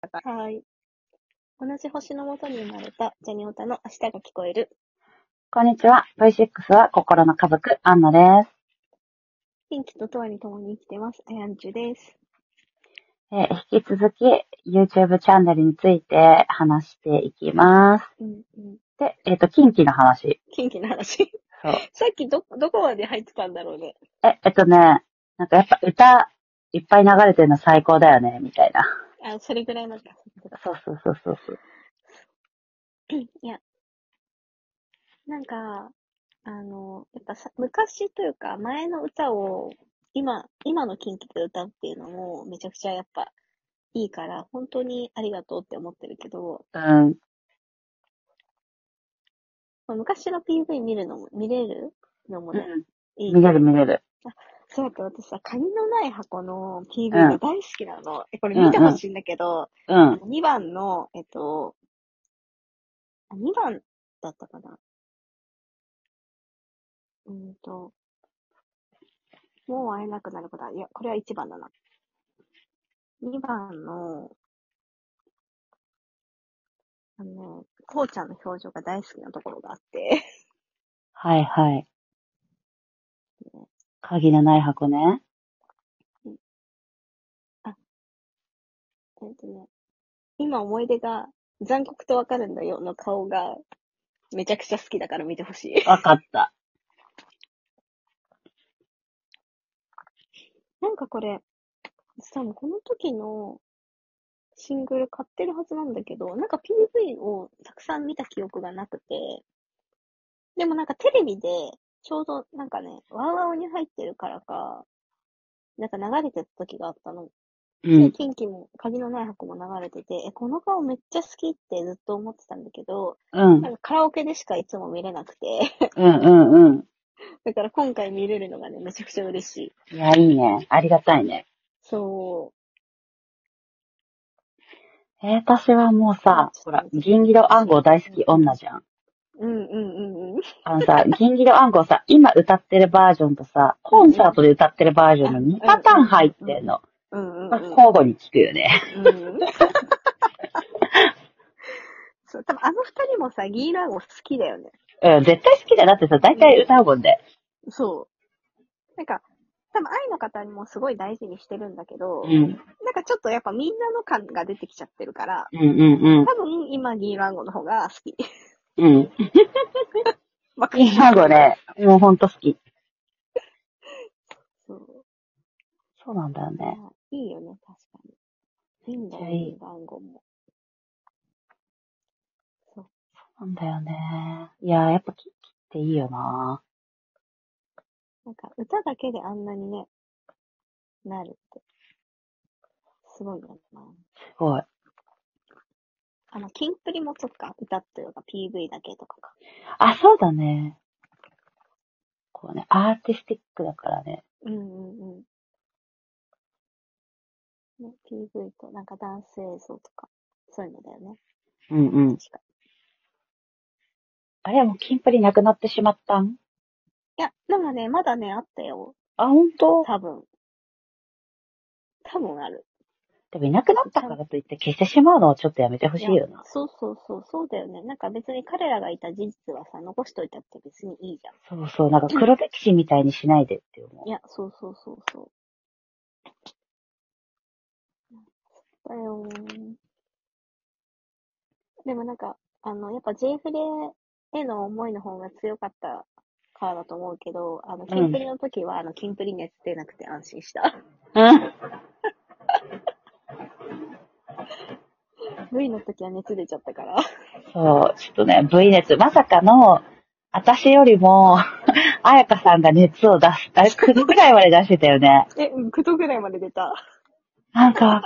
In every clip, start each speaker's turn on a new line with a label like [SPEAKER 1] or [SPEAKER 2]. [SPEAKER 1] はーい。同じ星の下に生まれた、ジャニオタの明日が聞こえる。
[SPEAKER 2] こんにちは。V6 は心の家族、アンナです。
[SPEAKER 1] ピンキとトワに共に生きてます。アヤンチュです。
[SPEAKER 2] えー引き続き、YouTube チャンネルについて話していきます。
[SPEAKER 1] うんうん。
[SPEAKER 2] で、えっ、と、近畿の話。
[SPEAKER 1] キンキの話。
[SPEAKER 2] そう。
[SPEAKER 1] さっきど、どこまで入ってたんだろうね。
[SPEAKER 2] え、えっとね、なんかやっぱ歌、いっぱい流れてるの最高だよね、みたいな。
[SPEAKER 1] あ、それぐらいなんだ。
[SPEAKER 2] そうそうそうそうそう。
[SPEAKER 1] いや。なんか、あの、やっぱさ、昔というか、前の歌を、今、今のキンキで歌うっていうのも、めちゃくちゃやっぱ、いいから、本当にありがとうって思ってるけど、
[SPEAKER 2] うん。
[SPEAKER 1] まあ昔の PV 見るのも、見れるのもね、いい
[SPEAKER 2] 見れる見れる。
[SPEAKER 1] そうだって私さ、カニのない箱の PV
[SPEAKER 2] うん
[SPEAKER 1] が大好きなの。え、これ見てほしいんだけど、
[SPEAKER 2] うん。
[SPEAKER 1] 2番の、えっと、2番だったかな。うーんと、もう会えなくなることは、いや、これは1番だな。2番の、あの、こうちゃんの表情が大好きなところがあって、
[SPEAKER 2] はいはい。鍵のない箱ね。
[SPEAKER 1] えっとね、今思い出が残酷とわかるんだよの顔がめちゃくちゃ好きだから見てほしい。
[SPEAKER 2] わかった。
[SPEAKER 1] なんかこれ、多分この時のシングル買ってるはずなんだけど、なんか PV をたくさん見た記憶がなくて、でもなんかテレビでちょうどなんかね、ワウワウに入ってるからか、なんか流れてた時があったの。
[SPEAKER 2] う
[SPEAKER 1] で、
[SPEAKER 2] ん。
[SPEAKER 1] キンキも、鍵のない箱も流れてて、え、この顔めっちゃ好きってずっと思ってたんだけど、
[SPEAKER 2] うん。
[SPEAKER 1] なんかカラオケでしかいつも見れなくて、
[SPEAKER 2] うんうんうん。
[SPEAKER 1] だから今回見れるのがね、めちゃくちゃ嬉しい。
[SPEAKER 2] いや、いいね。ありがたいね。
[SPEAKER 1] そ
[SPEAKER 2] えー私はもうさ、ほら、銀色暗号大好き女じゃん。
[SPEAKER 1] う。うんうんうんうん。
[SPEAKER 2] あのさ、銀色暗号さ、今歌ってるバージョンとさ、コンサートで歌ってるバージョンの2パターン入ってんの。
[SPEAKER 1] うんうん、
[SPEAKER 2] まあ、
[SPEAKER 1] うん。
[SPEAKER 2] 交互に聞くよね。
[SPEAKER 1] うん。そう、多分あの二人もさ、ギーラーゴ好きだよね。
[SPEAKER 2] うん、絶対好きだよ。だってさ、大体歌うもんで。
[SPEAKER 1] そう。なんか、多分愛の方にもすごい大事にしてるんだけど、
[SPEAKER 2] うん。
[SPEAKER 1] なんかちょっとやっぱみんなの感が出てきちゃってるから、
[SPEAKER 2] うんうん
[SPEAKER 1] 多分今ギーラーゴの方が好き。
[SPEAKER 2] うん。うん。
[SPEAKER 1] わかる
[SPEAKER 2] 銀色暗号。ね、もうほんと好き。
[SPEAKER 1] そう。
[SPEAKER 2] そうなんだよね。
[SPEAKER 1] あいいよね、確かに。いいんだよ、
[SPEAKER 2] めっちゃいい
[SPEAKER 1] いい番号も。
[SPEAKER 2] そうなんだよね。いやー、やっぱキッキっていいよな
[SPEAKER 1] なんか、歌だけであんなにね、なるって。すごいよな。
[SPEAKER 2] すごい。
[SPEAKER 1] あの、キンプリもそっか、歌っていうか PV だけとかか。
[SPEAKER 2] あ、そうだね。こうね、アーティスティックだからね。
[SPEAKER 1] うんうんうん。ね、PV となんかダンス映像とか、そういうのだよね。
[SPEAKER 2] うんうん。
[SPEAKER 1] 確か。
[SPEAKER 2] あれはもうキンプリなくなってしまったん
[SPEAKER 1] いや、でもね、まだね、あったよ。
[SPEAKER 2] あ、ほんと
[SPEAKER 1] 多分。多分ある。
[SPEAKER 2] でもいなくなったからといって消してしまうのはちょっとやめてほしいよ
[SPEAKER 1] や
[SPEAKER 2] な。
[SPEAKER 1] そうそうそう、そうだよね。なんか別に彼らがいた事実はさ、残しといたって別にいいじゃ
[SPEAKER 2] そうそう、なんか黒歴史みたいにしないでって思
[SPEAKER 1] ん。いや、そうそうそうそう。だよーでもなんか、あの、やっぱ J フレへの思いの方が強かったからだと思うけど、あの、キンプリの時は、あの、キンプリ熱出なくて安心した。
[SPEAKER 2] う。うん。
[SPEAKER 1] V の時は熱出ちゃったから。
[SPEAKER 2] そう、ちょっとね、V 熱、まさかの、私よりも、 あやかさんが熱を出す。あれ、9度ぐらいまで出してたよね。
[SPEAKER 1] え、うん、9度ぐらいまで出た。
[SPEAKER 2] なんか、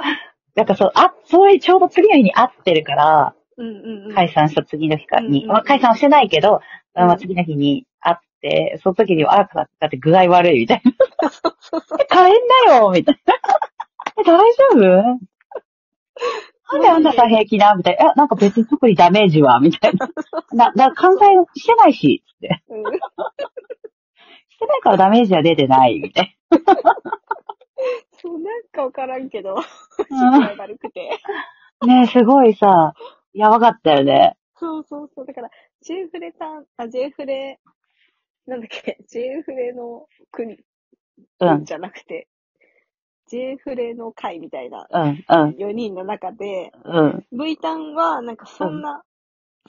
[SPEAKER 2] なんかそう、あ、そういうちょうど次の日に会ってるから、
[SPEAKER 1] うんうんうん。
[SPEAKER 2] 解散した次の日か
[SPEAKER 1] う
[SPEAKER 2] に、
[SPEAKER 1] ん
[SPEAKER 2] まあ解散はしてないけど、
[SPEAKER 1] うん
[SPEAKER 2] まあ次の日に会って、その時にはあやかさんだって具合悪いみたい な。
[SPEAKER 1] そうそうそう。
[SPEAKER 2] 帰んなよみたいな。 え、大丈夫なんであんなさ平気なみたいな。いや、なんか別に特にダメージはみたいな。な、な、関西してないし、つって。
[SPEAKER 1] うん
[SPEAKER 2] してないからダメージは出てない、みたい
[SPEAKER 1] そう、なんかわからんけど、
[SPEAKER 2] な。うん
[SPEAKER 1] 悪くて。
[SPEAKER 2] ねえ、すごいさ、やばかったよね。
[SPEAKER 1] そうそうそう。だから、J フレさん、あ、J フレ、なんだっけ、J フレの国、
[SPEAKER 2] うん、
[SPEAKER 1] じゃなくて、J フレの会みたいな
[SPEAKER 2] うん、うん、
[SPEAKER 1] 4人の中で、
[SPEAKER 2] うん。
[SPEAKER 1] V タンはなんかそんな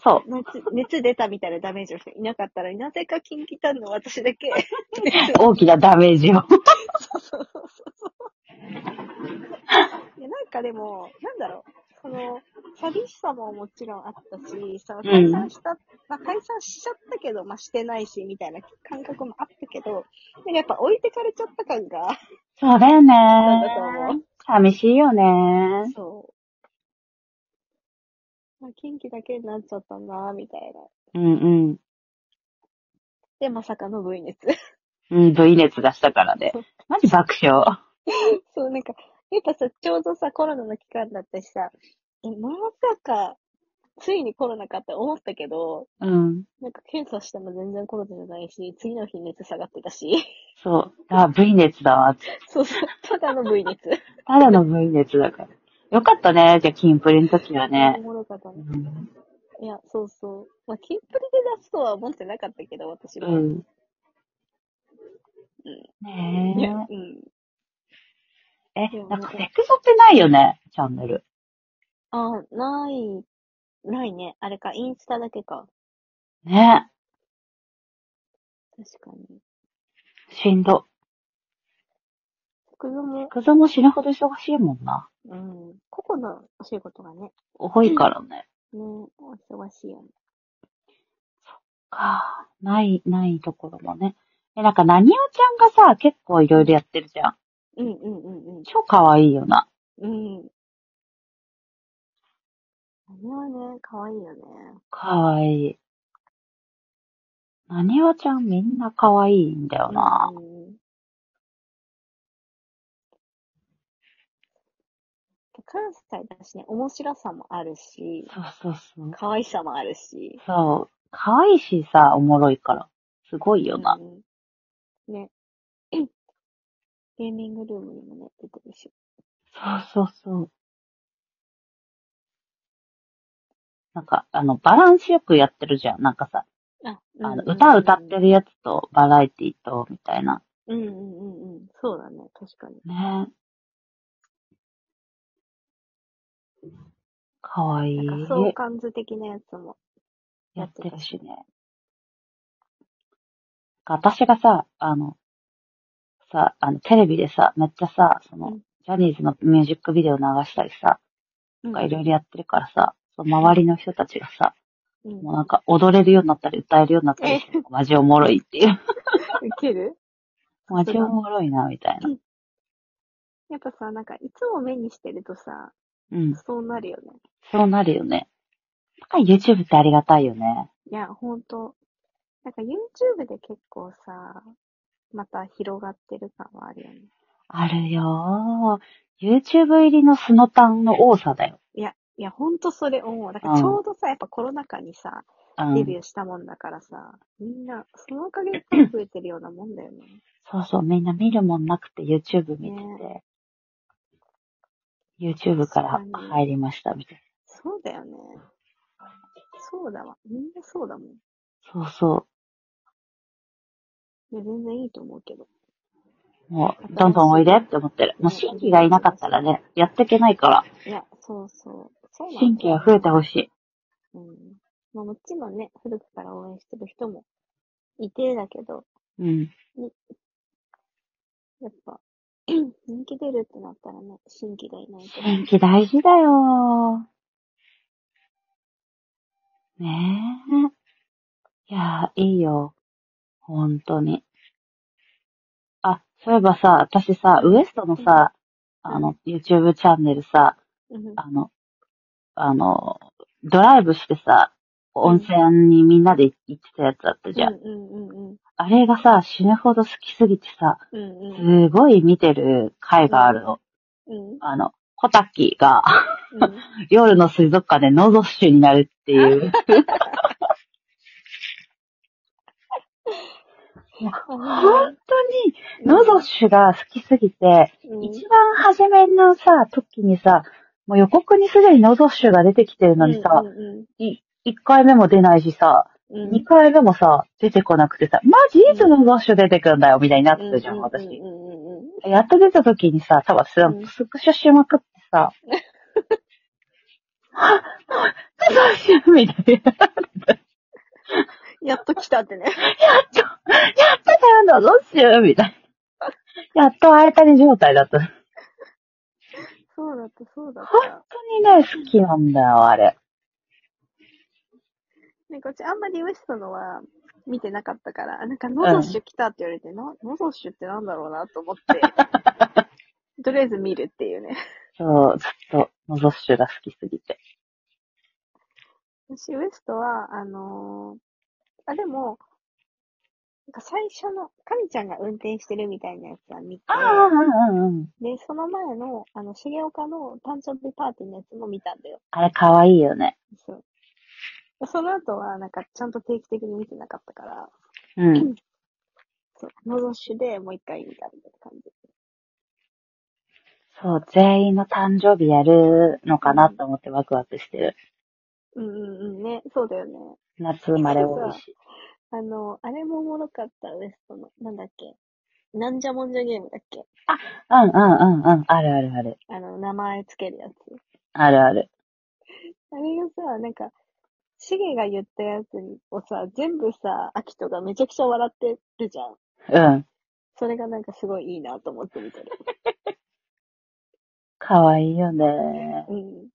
[SPEAKER 2] そう。
[SPEAKER 1] 熱熱出たみたいなダメージをしていなかったら、なぜかキンキタンの私 だけ、
[SPEAKER 2] 大きなダメージを。
[SPEAKER 1] そうそうそうそう。いや、なんかでも、なんだろう。その、寂しさももちろんあったし、その解散した、まあ解散しちゃったけど、まあしてないし、みたいな感覚もあったけど、でもやっぱ置いてかれちゃった感が、
[SPEAKER 2] そうだよね
[SPEAKER 1] んだと思う。
[SPEAKER 2] 寂しいよね。
[SPEAKER 1] そう。まあ、近畿だけになっちゃったな、みたいな。
[SPEAKER 2] うんうん。
[SPEAKER 1] で、まさかの V 熱。
[SPEAKER 2] うん、V 熱出したからで。マジ爆笑。
[SPEAKER 1] そう、なんか、やっぱさ、ちょうどさ、コロナの期間だったしさ、え、まさか、ついにコロナかって思ったけど、
[SPEAKER 2] うん。
[SPEAKER 1] なんか検査しても全然コロナじゃないし、次の日熱下がってたし、
[SPEAKER 2] そう。あ、V 熱だわ。
[SPEAKER 1] そうそう、ただの V 熱。
[SPEAKER 2] ただの V 熱だから。よかったね。じゃあ、キンプリの時は
[SPEAKER 1] お
[SPEAKER 2] ね。
[SPEAKER 1] もろかったね。
[SPEAKER 2] うん。
[SPEAKER 1] いや、そうそう。まあ、キンプリで出すとは思ってなかったけど、私
[SPEAKER 2] う
[SPEAKER 1] も。
[SPEAKER 2] ん。
[SPEAKER 1] いや、うん
[SPEAKER 2] ね。え。え
[SPEAKER 1] いや、
[SPEAKER 2] なんかセクゾってないよね、チャンネル。
[SPEAKER 1] あ、ない、ないね。あれか、インスタだけか。
[SPEAKER 2] ね。
[SPEAKER 1] 確かに。
[SPEAKER 2] しんど。
[SPEAKER 1] 僕も
[SPEAKER 2] セ、クゾも死ぬほど忙しいもんな。
[SPEAKER 1] うん、個々のお仕事がね、
[SPEAKER 2] 多いからね。
[SPEAKER 1] ね、お忙しいよね。
[SPEAKER 2] かない、ないところもね。え、なんか、なにおちゃんがさ、結構いろいろやってるじゃん。
[SPEAKER 1] うんうんうんうん。
[SPEAKER 2] 超可愛いよな。
[SPEAKER 1] うん。あれはね、可愛いよね。
[SPEAKER 2] 可愛い。なにわちゃんみんな可愛いんだよな。
[SPEAKER 1] うん。関西だしね、面白さもあるし、
[SPEAKER 2] そうそうそう。
[SPEAKER 1] 可愛さもあるし。
[SPEAKER 2] そう。可愛いしさ、おもろいから。すごいよな。
[SPEAKER 1] うんね。 ゲーミングルームにもね、出てるし。
[SPEAKER 2] そうそうそう。なんか、あの、バランスよくやってるじゃん。なんかさ、
[SPEAKER 1] あ、うん
[SPEAKER 2] あの、歌歌って。るやつと、バラエティと、みたいな。
[SPEAKER 1] うんうんうんうん。そうだね、確かに。
[SPEAKER 2] ねかわいい。
[SPEAKER 1] なんか相関図的なやつも。
[SPEAKER 2] やってるしね。なんか私がさ、あの、さ、あの、テレビでさ、めっちゃさ、そうの
[SPEAKER 1] ん、
[SPEAKER 2] ジャニーズのミュージックビデオ流したりさ、
[SPEAKER 1] う
[SPEAKER 2] なん
[SPEAKER 1] ん
[SPEAKER 2] かいろいろやってるからさ、その周りの人たちがさ、
[SPEAKER 1] うん。
[SPEAKER 2] もうなんか踊れるようになったり歌えるようになったりして、マジおもろいって いう。
[SPEAKER 1] ウケる
[SPEAKER 2] マジおもろいな、みたいな。
[SPEAKER 1] やっぱさ、なんかいつも目にしてるとさ、
[SPEAKER 2] うん。
[SPEAKER 1] そうなるよね。
[SPEAKER 2] そうなるよね。だから YouTube ってありがたいよね。
[SPEAKER 1] いや、ほんと。なんか YouTube で結構さ、また広がってる感はあるよね。
[SPEAKER 2] あるよー。YouTube 入りのスノタンの多さだよ。
[SPEAKER 1] いや、いや、ほんとそれ思う。だからちょうどさ、やっぱコロナ禍にさ、
[SPEAKER 2] う
[SPEAKER 1] デ
[SPEAKER 2] ん。
[SPEAKER 1] ビューしたもんだからさ、みんな、そのおかげ で増えてるようなもんだよね。
[SPEAKER 2] そうそう、みんな見るもんなくて YouTube 見て
[SPEAKER 1] ね
[SPEAKER 2] て、YouTube から
[SPEAKER 1] 確かに
[SPEAKER 2] 入りましたみたい
[SPEAKER 1] そうだよね。そうだわ。みんなそうだもん。い
[SPEAKER 2] な。そう
[SPEAKER 1] や、全然いいと思うけど。
[SPEAKER 2] そう。もう、どんどんおいでって思ってる。もう新規がいなかったらね、やっていけないから、
[SPEAKER 1] いや、そうそう。そうなんだよ
[SPEAKER 2] 新規は増えてほしい。
[SPEAKER 1] うん。まあもちろんね、古くから応援してる人もいてだけど、
[SPEAKER 2] うん。
[SPEAKER 1] やっぱ、 人気出るってなったらね、新規がいないと。
[SPEAKER 2] 新規大事だよー。ねえ。いやー、いいよ。本当に。あ、そういえばさ、私さ、ウエストのさ、あの、YouTube チャンネルさ、
[SPEAKER 1] うん
[SPEAKER 2] あの、あの、ドライブしてさ、温泉にみんなで行ってたやつだったじゃん。
[SPEAKER 1] うんうんうんうん。
[SPEAKER 2] あれがさ、死ぬほど好きすぎてさ、
[SPEAKER 1] うんうん。
[SPEAKER 2] すごい見てる回があるの。
[SPEAKER 1] うん
[SPEAKER 2] あの、コタッキーが
[SPEAKER 1] うん。
[SPEAKER 2] 夜の水族館でノーゾッシュになるっ ていう。
[SPEAKER 1] あ
[SPEAKER 2] 本当に、ノーゾッシュが好きすぎて、
[SPEAKER 1] のうん
[SPEAKER 2] 一番初めのさ、時にさ、もう予告にすでにノドッシュが出てきてるのにさ
[SPEAKER 1] う、んうん
[SPEAKER 2] い1回目も出ないしさ、
[SPEAKER 1] うん、
[SPEAKER 2] 2回目もさ、出てこなくてさ、マジいつノドッシュ出てくるんだよ、みたいになって
[SPEAKER 1] うん
[SPEAKER 2] るじゃん、私。
[SPEAKER 1] うんうんうんうん
[SPEAKER 2] やっと出た時にさ、多分さ
[SPEAKER 1] うん
[SPEAKER 2] スクショしまくってさ、あ、ノドッシュみたいな。
[SPEAKER 1] やっと来たってね。
[SPEAKER 2] やったじゃん、ノドッシュみたいな。やっと会えたり状態だった。
[SPEAKER 1] そ
[SPEAKER 2] 本
[SPEAKER 1] うだった、そうだった。
[SPEAKER 2] 当にね、好きなんだよ、あれ。
[SPEAKER 1] なんかうちあんまりウエストのは見てなかったから、あなんかノゾッシュ来たって言われて、なノゾッシュってなんだろうなと思 って、とりあえず見るっていうね。
[SPEAKER 2] そう、ずっと、ノドッシュが好きすぎて。
[SPEAKER 1] 私ウエストは、あのーあ、でも、なんか最初の、かみちゃんが運転してるみたいなやつは見て、
[SPEAKER 2] あ、うんうんうん。
[SPEAKER 1] で、その前の、あの、重岡の誕生日パーティーのやつも見たんだよ。
[SPEAKER 2] あれ、可愛いよね。
[SPEAKER 1] そう。その後は、なんか、ちゃんと定期的に見てなかったから、
[SPEAKER 2] うん。
[SPEAKER 1] そう、ノゾッシュでもう一回見たみたいな感じ。
[SPEAKER 2] そう、全員の誕生日やるのかなと思ってワクワクしてる。
[SPEAKER 1] うんうんうんね、そうだよね。
[SPEAKER 2] 夏生まれ多いし。
[SPEAKER 1] あの、あれもおもろかった、ウエストの。なんだっけ。なんじゃもんじゃゲームだっけ
[SPEAKER 2] うんうんうんうん。あるあるある。
[SPEAKER 1] あの、名前つけるやつ。
[SPEAKER 2] あるある。
[SPEAKER 1] あれがさ、なんか、シゲが言ったやつをさ、全部さ、アキトがめちゃくちゃ笑ってるじゃん。
[SPEAKER 2] うん。
[SPEAKER 1] それがなんかすごいいいなと思って見てる。
[SPEAKER 2] 可愛いよね。
[SPEAKER 1] うん。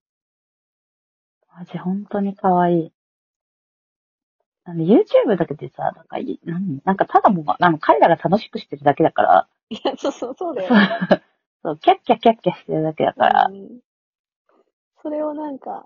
[SPEAKER 2] マジ、本当に可愛い。あの、YouTube だけでさ、なんかい、なんなんかただもう、あの、彼らが楽しくしてるだけだから、
[SPEAKER 1] いや、そうそう、そうだよね。
[SPEAKER 2] そう、キャッキャキャッキャしてるだけだから、
[SPEAKER 1] うん。それをなんか、